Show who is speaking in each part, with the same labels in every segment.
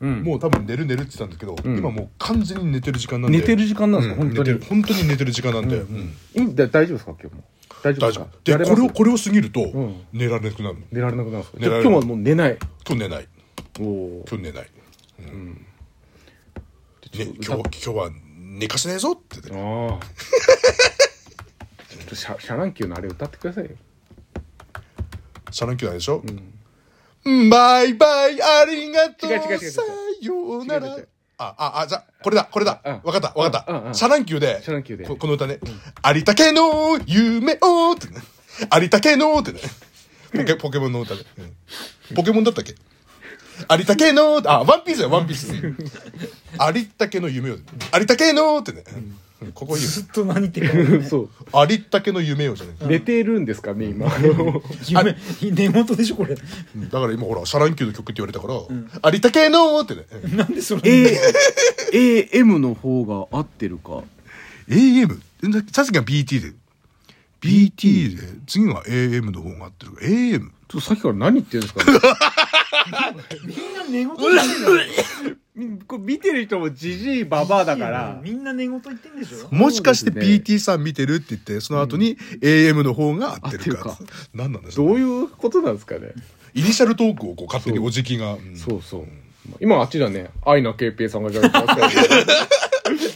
Speaker 1: うん
Speaker 2: もう多分寝る寝るって言ってたんですけど、
Speaker 1: ん
Speaker 2: 今もう完全に寝てる時間なんで
Speaker 1: 寝てる時間なんですか、
Speaker 2: うん
Speaker 1: 本当に
Speaker 2: 寝てる本当に寝てる時間なんで、うん
Speaker 1: いいんだ大丈夫ですか今日も大丈夫
Speaker 2: 大
Speaker 1: で
Speaker 2: 丈
Speaker 1: すか
Speaker 2: 夫で
Speaker 1: やれ
Speaker 2: こ
Speaker 1: ます
Speaker 2: れをこれを過ぎると、
Speaker 1: ん
Speaker 2: 寝られなくなるの
Speaker 1: 寝られなくなるんですか
Speaker 2: 寝
Speaker 1: じ
Speaker 2: ら
Speaker 1: ゃあ
Speaker 2: れ
Speaker 1: 今
Speaker 2: る
Speaker 1: 日はもう寝ない
Speaker 2: 今日寝ない
Speaker 1: おお
Speaker 2: 今日寝ない、うんね、今日今日は寝かせねえぞってね
Speaker 1: ああ ちょっとシャシャランキューのあれ歌ってくださいよ
Speaker 2: シャランキューないでしょ、バイバイありがとう
Speaker 1: 違う違う違う違う
Speaker 2: さようなら
Speaker 1: 違う違う
Speaker 2: あ、あ、あ、じゃあ、これだ、これだ。
Speaker 1: うん
Speaker 2: わかった、わか
Speaker 1: うんうん
Speaker 2: っ
Speaker 1: うん
Speaker 2: た。シャランキューで、
Speaker 1: シャ乱 Q で
Speaker 2: ここの歌ね。ありたけの夢をってね。ありたけのってね。ポケ、ポケモンの歌で。うんポケモンだったっけありたけのあ、ワンピースだよ、ワンピー ス。ありたけの夢を。ありたけのってね。うんここいいよ。
Speaker 3: ずっと何言ってる か
Speaker 1: そう
Speaker 2: ありったけの夢をじゃない。
Speaker 1: 寝てるんですかね今 あの
Speaker 3: 夢根元でしょこれ
Speaker 2: だから今ほら、シャランキューの曲って言われたから、ありたけのってね。
Speaker 3: なんでそれ
Speaker 1: AAM の方が合ってるか
Speaker 2: AM? さすが BT で。BT で、次は AM の方が合ってるから。AM?
Speaker 1: ちょっとさっきから何言ってるんですか、ね、
Speaker 3: みんな寝言言ってんだよ
Speaker 1: みこれ見てる人もじじいばばあだから
Speaker 3: みんな寝言言ってんでしょ
Speaker 2: もしかして
Speaker 1: そうですね
Speaker 2: BT さん見てるって言って、その後に AM の方が合ってる
Speaker 1: 合
Speaker 2: か
Speaker 1: ってる。
Speaker 2: 何なんですか
Speaker 1: どういうことなんですかね
Speaker 2: イニシャルトークをこう勝手にお辞儀が。うん
Speaker 1: そうそう今あっちだね愛なけいぺいさんが喋っ てますからね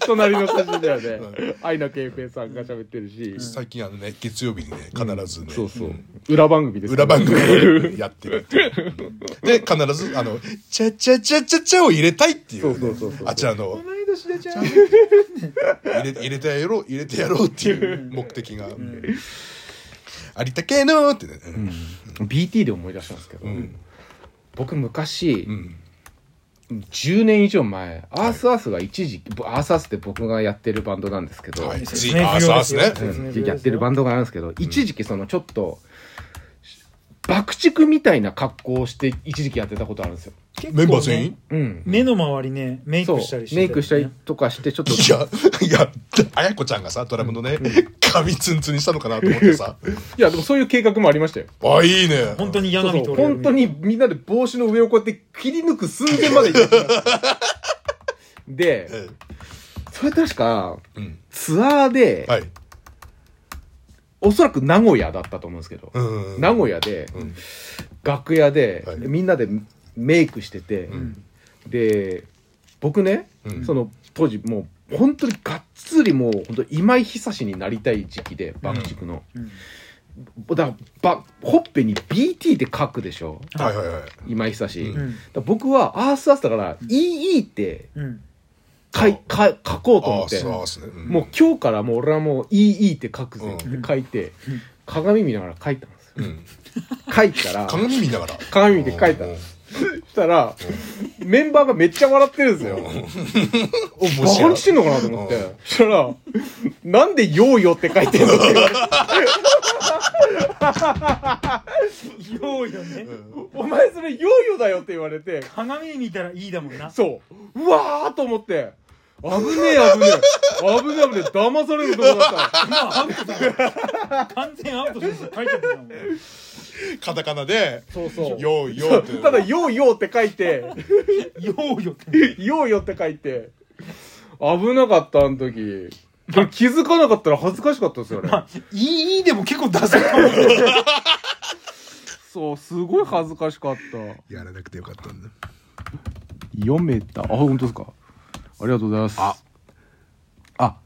Speaker 1: 隣の筋ではね愛なけいぺいさんが喋ってるし、
Speaker 2: 最近あのね、月曜日にね、必ずね、
Speaker 1: そうそう、裏番組ですか
Speaker 2: 裏
Speaker 1: ら
Speaker 2: 番組をやってるってい う。で、必ず、あの、チャチャチャチャチャを入れたいってい
Speaker 1: そうそうそう
Speaker 2: うね。
Speaker 1: そう
Speaker 2: あちらの、
Speaker 3: 同い年でちゃう
Speaker 2: 入れ入れてやろう入れてやろうっていう目的が、ありたけのーってね、
Speaker 1: BT で思い出したんですけど、
Speaker 2: ん
Speaker 1: 僕昔
Speaker 2: う、ん
Speaker 1: 10年以上前アースアースが一時期、アースアースって僕がやってるバンドなんですけど、
Speaker 2: はい
Speaker 3: 説
Speaker 2: G
Speaker 3: 明
Speaker 2: アー
Speaker 3: 不
Speaker 2: ス
Speaker 3: 要
Speaker 2: ア
Speaker 3: で
Speaker 2: ー
Speaker 3: す
Speaker 2: ス
Speaker 3: よ
Speaker 2: ね
Speaker 3: 説明不要ですよ
Speaker 1: やってるバンドがあるんですけど、一時期そのちょっと爆竹みたいな格好をして一時期やってたことあるんですよ、
Speaker 3: 結構
Speaker 2: メ
Speaker 3: ね
Speaker 2: ンバー全員
Speaker 1: うん、
Speaker 3: 目の周りねメイ
Speaker 1: そう
Speaker 3: クしたりして
Speaker 1: メイクした
Speaker 3: よ
Speaker 1: り
Speaker 3: ね
Speaker 1: とかしてちょっと
Speaker 2: いやいやあやこちゃんがさドラムのね髪ツンツンにしたのかなと思って さ
Speaker 1: いやでもそういう計画もありましたよ
Speaker 2: あいいね
Speaker 3: 本当に嫌な
Speaker 1: そ
Speaker 3: み
Speaker 1: うそ
Speaker 3: と
Speaker 1: う本当にみんなで帽子の上をこうやって切り抜く寸前まで行ってきましたで
Speaker 2: え
Speaker 1: それ確か
Speaker 2: えうん
Speaker 1: ツアーで、
Speaker 2: はい
Speaker 1: おそらく名古屋だったと思うんですけど、
Speaker 2: うん
Speaker 1: 名古屋で、
Speaker 2: ん
Speaker 1: 楽屋で、
Speaker 2: はい
Speaker 1: みんなでメイクしてて、
Speaker 2: ん
Speaker 1: で僕ね、
Speaker 2: うん
Speaker 1: その当時もう本当にがっつりもう本当今井久志になりたい時期で爆竹の、
Speaker 3: うん
Speaker 1: だからばほっぺに BT って書くでしょ
Speaker 2: はいはいはい
Speaker 1: 今井久志、
Speaker 2: うん
Speaker 1: だか
Speaker 3: うん
Speaker 1: ら僕はアースアースだから、EE って
Speaker 3: うん
Speaker 1: かいか書こうと
Speaker 2: ア
Speaker 1: 思っ
Speaker 2: ー
Speaker 1: て
Speaker 2: スアースね、うん
Speaker 1: もう今日からもう俺はもう EE って書くぜって書いて、
Speaker 3: うん
Speaker 1: 鏡見ながら書いたんですよ
Speaker 2: うん
Speaker 1: 書いたら
Speaker 2: 鏡見ながら
Speaker 1: 鏡見て書いたんですそしたらメンバーがめっちゃ笑ってるんですよ
Speaker 2: お
Speaker 1: バカにしてんのかなと思って
Speaker 2: うん
Speaker 1: そしたら「なんでようよ」って書いてるのって言われて
Speaker 3: ようよね
Speaker 1: お前それようよだよって言われて
Speaker 3: 鏡見たらいいだもんな
Speaker 1: そううわーと思って危ねえ危ねえ危ねえ危ねえ騙されると思った
Speaker 3: 今アウトだよ完全アウトですよ書いちゃってたもん
Speaker 2: カタカナで
Speaker 1: そうそう
Speaker 2: よーよーって
Speaker 1: ただ「ようよ」って書いて
Speaker 3: ようよって
Speaker 1: 「ようよ」って書いて危なかったあの時これ気づかなかったら恥ずかしかったですよね
Speaker 3: まあいいいいでも結構出せたもんね
Speaker 1: そうすごい恥ずかしかった
Speaker 2: やらなくてよかったんだ
Speaker 1: 読めたあ本当ですかありがとうございますあ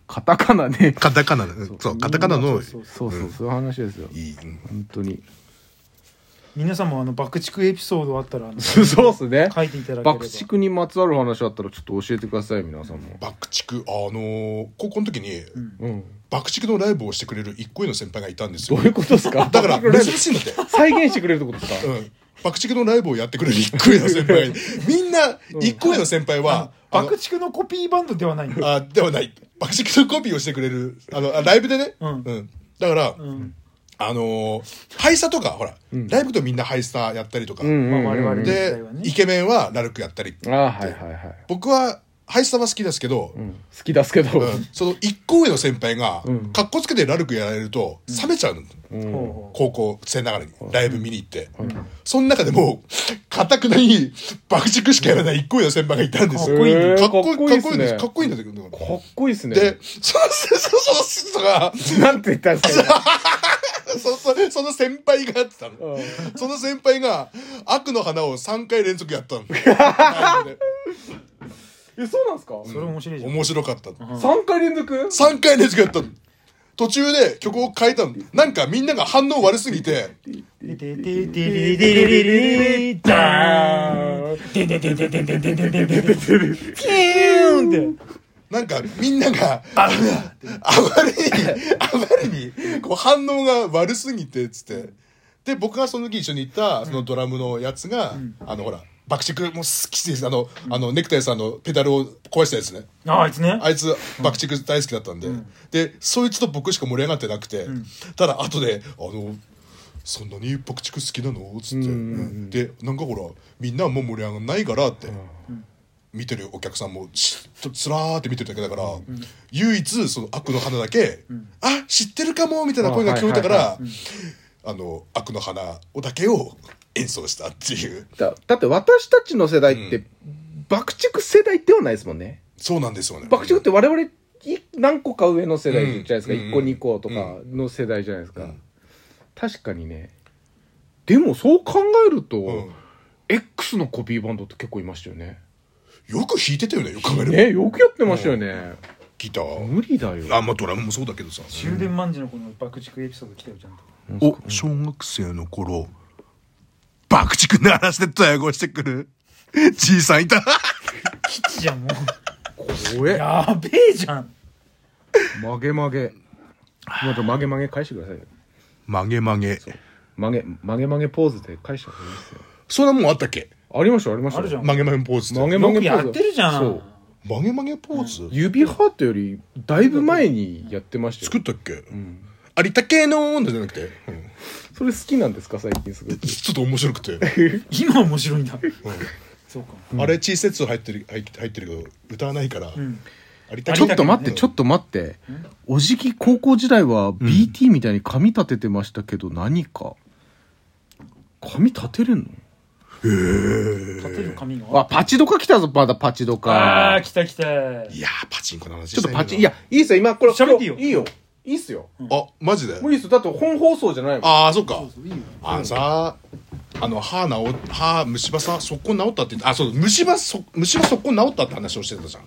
Speaker 1: カタカナね
Speaker 2: カタカナでそうカタカナの
Speaker 3: そうそう
Speaker 1: そうそうそういう話ですよ
Speaker 2: いいうん
Speaker 1: 本当に
Speaker 3: 皆さんもあの爆竹エピソードあったらあの
Speaker 1: そうっすね
Speaker 3: 書いていただければ
Speaker 1: 爆竹にまつわる話あったらちょっと教えてください皆さんも
Speaker 2: 爆竹あのー高校の時に
Speaker 1: うん
Speaker 2: 爆竹のライブをしてくれる一個上の先輩がいたんです
Speaker 1: どう
Speaker 2: よ
Speaker 1: いうことですか
Speaker 2: だ から
Speaker 1: 爆竹ライ
Speaker 2: 珍
Speaker 1: ブ
Speaker 2: しいんだって
Speaker 1: 再現してくれるってことですか
Speaker 2: うん爆竹のライブをやってくれる一個上の先輩がみんな一個上の先輩は、あの
Speaker 3: 爆竹のコピーバンドではないんだ
Speaker 2: あではない爆竹のコピーをしてくれるあのあライブでね、
Speaker 3: うん
Speaker 2: だから、
Speaker 3: うん
Speaker 2: あのーハイスタとかほら、ライブとみんなハイスタやったりとか、
Speaker 1: うんうん
Speaker 3: まあ我々の時
Speaker 2: で、
Speaker 3: 代はね
Speaker 2: イケメンはラルクやったり
Speaker 1: あはいはいはい
Speaker 2: 僕はハイスタは好きですけど、
Speaker 1: うん好きですけど、
Speaker 2: うんその一個上の先輩が
Speaker 1: うん、
Speaker 2: かっこつけてラルクやられると、冷めちゃうの。
Speaker 1: うん
Speaker 3: ほうほう
Speaker 2: 高校生ながらに、ライブ見に行って。
Speaker 1: はい
Speaker 2: その中でもう、かたくなに爆竹しかやらない一個上の先輩がいたんですよ。
Speaker 3: こいい
Speaker 1: えー
Speaker 2: かっこいい、かっこいいん
Speaker 1: で
Speaker 2: ですす。
Speaker 1: ね
Speaker 2: かっこいいんですけど。
Speaker 1: かっこいいですね。
Speaker 2: で、その、その、そのその人が、
Speaker 1: なんて言ったんです か
Speaker 2: そそその先輩がやってたの。
Speaker 1: 今
Speaker 2: その先輩が、悪の花を3回連続やったの。ライブで
Speaker 1: え、そうなんですか
Speaker 3: それ面白いじゃん
Speaker 2: 面白かったの。
Speaker 1: 三回連続
Speaker 2: 3回連続やったの。途中で曲を変えたの。なんかみんなが反応悪すぎて、
Speaker 3: でででででででででダーンでででででででででででピューンって
Speaker 2: なんかみんなが、あまりに、あまりに、こう反応が悪すぎて、つって。で、僕がその時一緒に行った、そのドラムのやつが、あの、ほら、爆竹も好きです。あの、あの、ネクタイさんのペダルを壊したやつね。
Speaker 3: ああいつね
Speaker 2: あいつ爆竹大好きだったんで、でそいつと僕しか盛り上がってなくて、ただ後で「あのそんなに爆竹好きなの?」っつって、でなんかほらみんなもう盛り上がんないからって、見てるお客さんもしとつらーって見てるだけだから、唯一その悪の花だけ「あ知ってるかも」みたいな声が聞こえたから、
Speaker 1: あは
Speaker 2: あの悪の花をだけを演奏したっていう
Speaker 1: だだって私たちの世代って、爆竹世代ではないですもんね。
Speaker 2: そうなんですよね。
Speaker 1: 爆竹って我々い何個か上の世代じゃないですか、
Speaker 2: うん
Speaker 1: 1個
Speaker 2: うん
Speaker 1: 2個とかの世代じゃないですか、
Speaker 2: ん
Speaker 1: 確かにねでもそう考えると、
Speaker 2: うん
Speaker 1: X のコピーバンドって結構いましたよね
Speaker 2: よく弾いてたよねよく考えれば、
Speaker 1: ねよくやってましたよね、
Speaker 2: ギター。
Speaker 1: 無理だよ
Speaker 2: あまあドラムもそうだけどさ
Speaker 3: 終電まんじのこの爆竹エピソード来たよちゃんと
Speaker 2: お小学生の頃爆竹鳴らしてドヤ顔してくるじいさんいた
Speaker 3: キチじゃんもう
Speaker 1: 怖え
Speaker 3: やべえじゃん
Speaker 1: 曲げ曲げまた曲げ曲げ返してくださいよ
Speaker 2: 曲げ曲げ
Speaker 1: 曲げ曲げ曲げポーズで返した方がいいですよ
Speaker 2: そんなもんあったっけ
Speaker 1: ありましたありました
Speaker 3: あるじゃん
Speaker 2: 曲げ曲げポーズ
Speaker 1: 曲げ
Speaker 3: よ
Speaker 1: 曲
Speaker 3: く
Speaker 1: げポー
Speaker 3: や
Speaker 1: ズ
Speaker 3: ってるじゃ
Speaker 1: そ
Speaker 3: ん
Speaker 1: う
Speaker 2: 曲げ曲げポーズ、
Speaker 1: 指ハートよりだいぶ前にやってましたよ
Speaker 2: 作ったっけ、有田系の女じゃなくて、うん
Speaker 1: それ好きなんですか最近すごく
Speaker 2: ちょっと面白くて、
Speaker 3: 今面白いんだそうか
Speaker 2: あれ小さいやつ入ってる入って入ってるけど歌わないから、
Speaker 3: ん
Speaker 2: 有田
Speaker 1: ちょっ
Speaker 2: 系
Speaker 1: と待って、ちょっと待って。おじき高校時代は BT みたいに髪立ててましたけど、何か。髪立てれん
Speaker 3: 立てる髪が
Speaker 1: のあ、パチドカ来たぞ、まだパチド
Speaker 3: あ
Speaker 1: カ
Speaker 3: ー。来た来た
Speaker 2: いやーパチンコの話
Speaker 1: ちょっとパチ、
Speaker 2: ン
Speaker 1: いや、いいっすよ、今、これ。
Speaker 3: 喋っていいよ
Speaker 1: これいいよ。いいっすよ。
Speaker 2: あマジで
Speaker 1: もういいっすよ。だって本放送じゃないもん。
Speaker 2: ああそっか
Speaker 3: いいよ
Speaker 2: あのさ、あの歯治っ歯虫歯さ速攻治ったって言ってあそう虫歯そ虫歯速攻治ったって話をしてたじゃん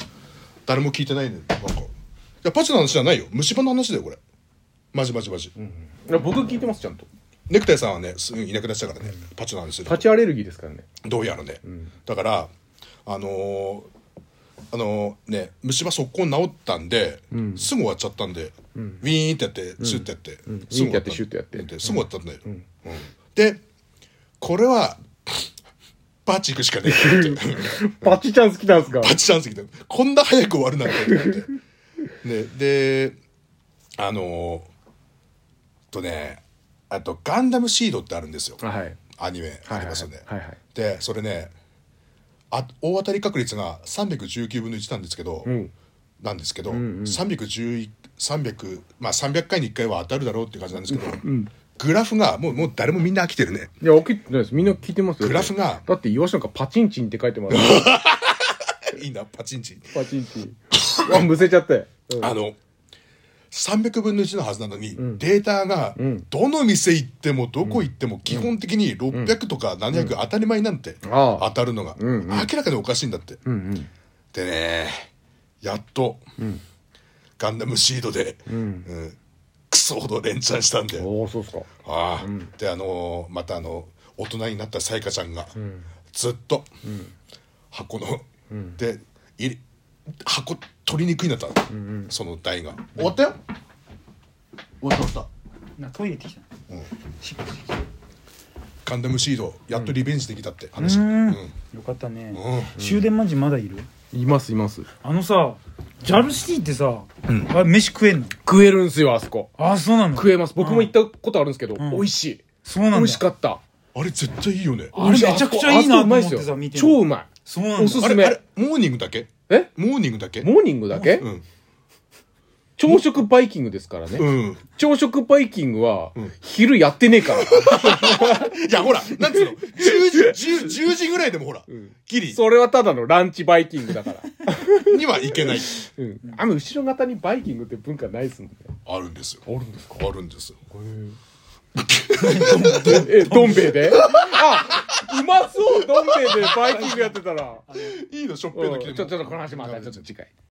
Speaker 2: 誰も聞いてないねなんかいやパチの話じゃないよ虫歯の話だよこれマジマジマジ、
Speaker 1: いや僕聞いてます、ちゃんと。
Speaker 2: ネクタイさんはねすぐいなくなっちゃうからね、パチの話する
Speaker 1: パチアレルギーですからね。
Speaker 2: どうやらね、だからあのーあのーね虫歯速攻治ったんで、すぐ終わっちゃったんで、ウィーンってやってシュッてやって、すぐ終わ
Speaker 1: ウィーンってやってシュッてやって
Speaker 2: すぐ終わったんだよ、うんでこれはパチ行くしかねえって
Speaker 1: パチちゃん好きなんすか
Speaker 2: パチチャンス来たこんな早く終わるなんてってなってねであのーとねあと「ガンダムシード」ってあるんですよ
Speaker 1: はい。はい
Speaker 2: アニメあ
Speaker 1: はい
Speaker 2: り
Speaker 1: は
Speaker 2: ますよね、
Speaker 1: いはい。
Speaker 2: でそれねあ大当たり確率が319分の1なんですけど、
Speaker 1: うん。
Speaker 2: なんですけど、311 300まあ300回に1回は当たるだろうって感じなんですけど、グラフがもうもう誰もみんな飽きてるね
Speaker 1: いや、起きてないです。みんな聞いてますよ。
Speaker 2: グラフが
Speaker 1: だって、岩下なんかパチンチンって書いてます。
Speaker 2: いいなパチンチン
Speaker 1: パチンチン。うわ、むせちゃって。うん
Speaker 2: あの300分の1のはずなのに、データがどの店行ってもどこ行っても基本的に600とか700当たり前なんて、
Speaker 1: ああ
Speaker 2: 当たるのが、明らかにおかしいんだって、でねやっと、ガンダムシードで、うんクソほど連チャンしたんで
Speaker 1: おおそうっすか
Speaker 2: ああ、であのーまたあの大人になったさやかちゃんが、ずっと、箱の、で入れ箱取りにくいなった、その台が終わったよ終わった終わっ
Speaker 3: なトイレ行ってきた
Speaker 2: たガンダムシードやっとリベンジできたって話、
Speaker 3: うん
Speaker 2: うん
Speaker 3: よかったね
Speaker 2: うん
Speaker 3: 終電まんじまだいる
Speaker 1: いますいます
Speaker 3: あのさジャルシティってさあ飯食えんの
Speaker 1: 食えるんすよあそこ
Speaker 3: あそうなの
Speaker 1: 食えます僕も行ったことあるんですけど、
Speaker 3: ん
Speaker 1: 美味しい
Speaker 3: そうなんだ
Speaker 1: 美味しかった
Speaker 2: あれ絶対いいよね
Speaker 3: あれめちゃくちゃいいなと思ってさ
Speaker 1: あそこあそこうまいっすよ
Speaker 3: 見てる
Speaker 1: 超うまい
Speaker 3: そうなん
Speaker 1: おす
Speaker 3: だ
Speaker 2: あれ
Speaker 1: すめ
Speaker 2: あれモーニングだけ
Speaker 1: え
Speaker 2: モーニングだけ
Speaker 1: モーニングだけ
Speaker 2: うん。
Speaker 1: 朝食バイキングですからね。
Speaker 2: うん。
Speaker 1: 朝食バイキングは
Speaker 2: うん、
Speaker 1: 昼やってねえから。
Speaker 2: いや、ほら、なんつうの、10時、10 10時ぐらいでもほら、ギリ
Speaker 1: それはただのランチバイキングだから。
Speaker 2: にはいけない。
Speaker 1: うん。あんま後ろ方にバイキングって文化ないですもんね。
Speaker 2: あるんですよ。
Speaker 1: あるんですか
Speaker 2: あるんですよ。
Speaker 1: え、どん兵衛であうまそうどん兵衛でバイキングやってたら。
Speaker 2: いいの、しょっぺ
Speaker 1: うん
Speaker 2: の
Speaker 1: ちょ、ちょっとこの話またちょっと次回。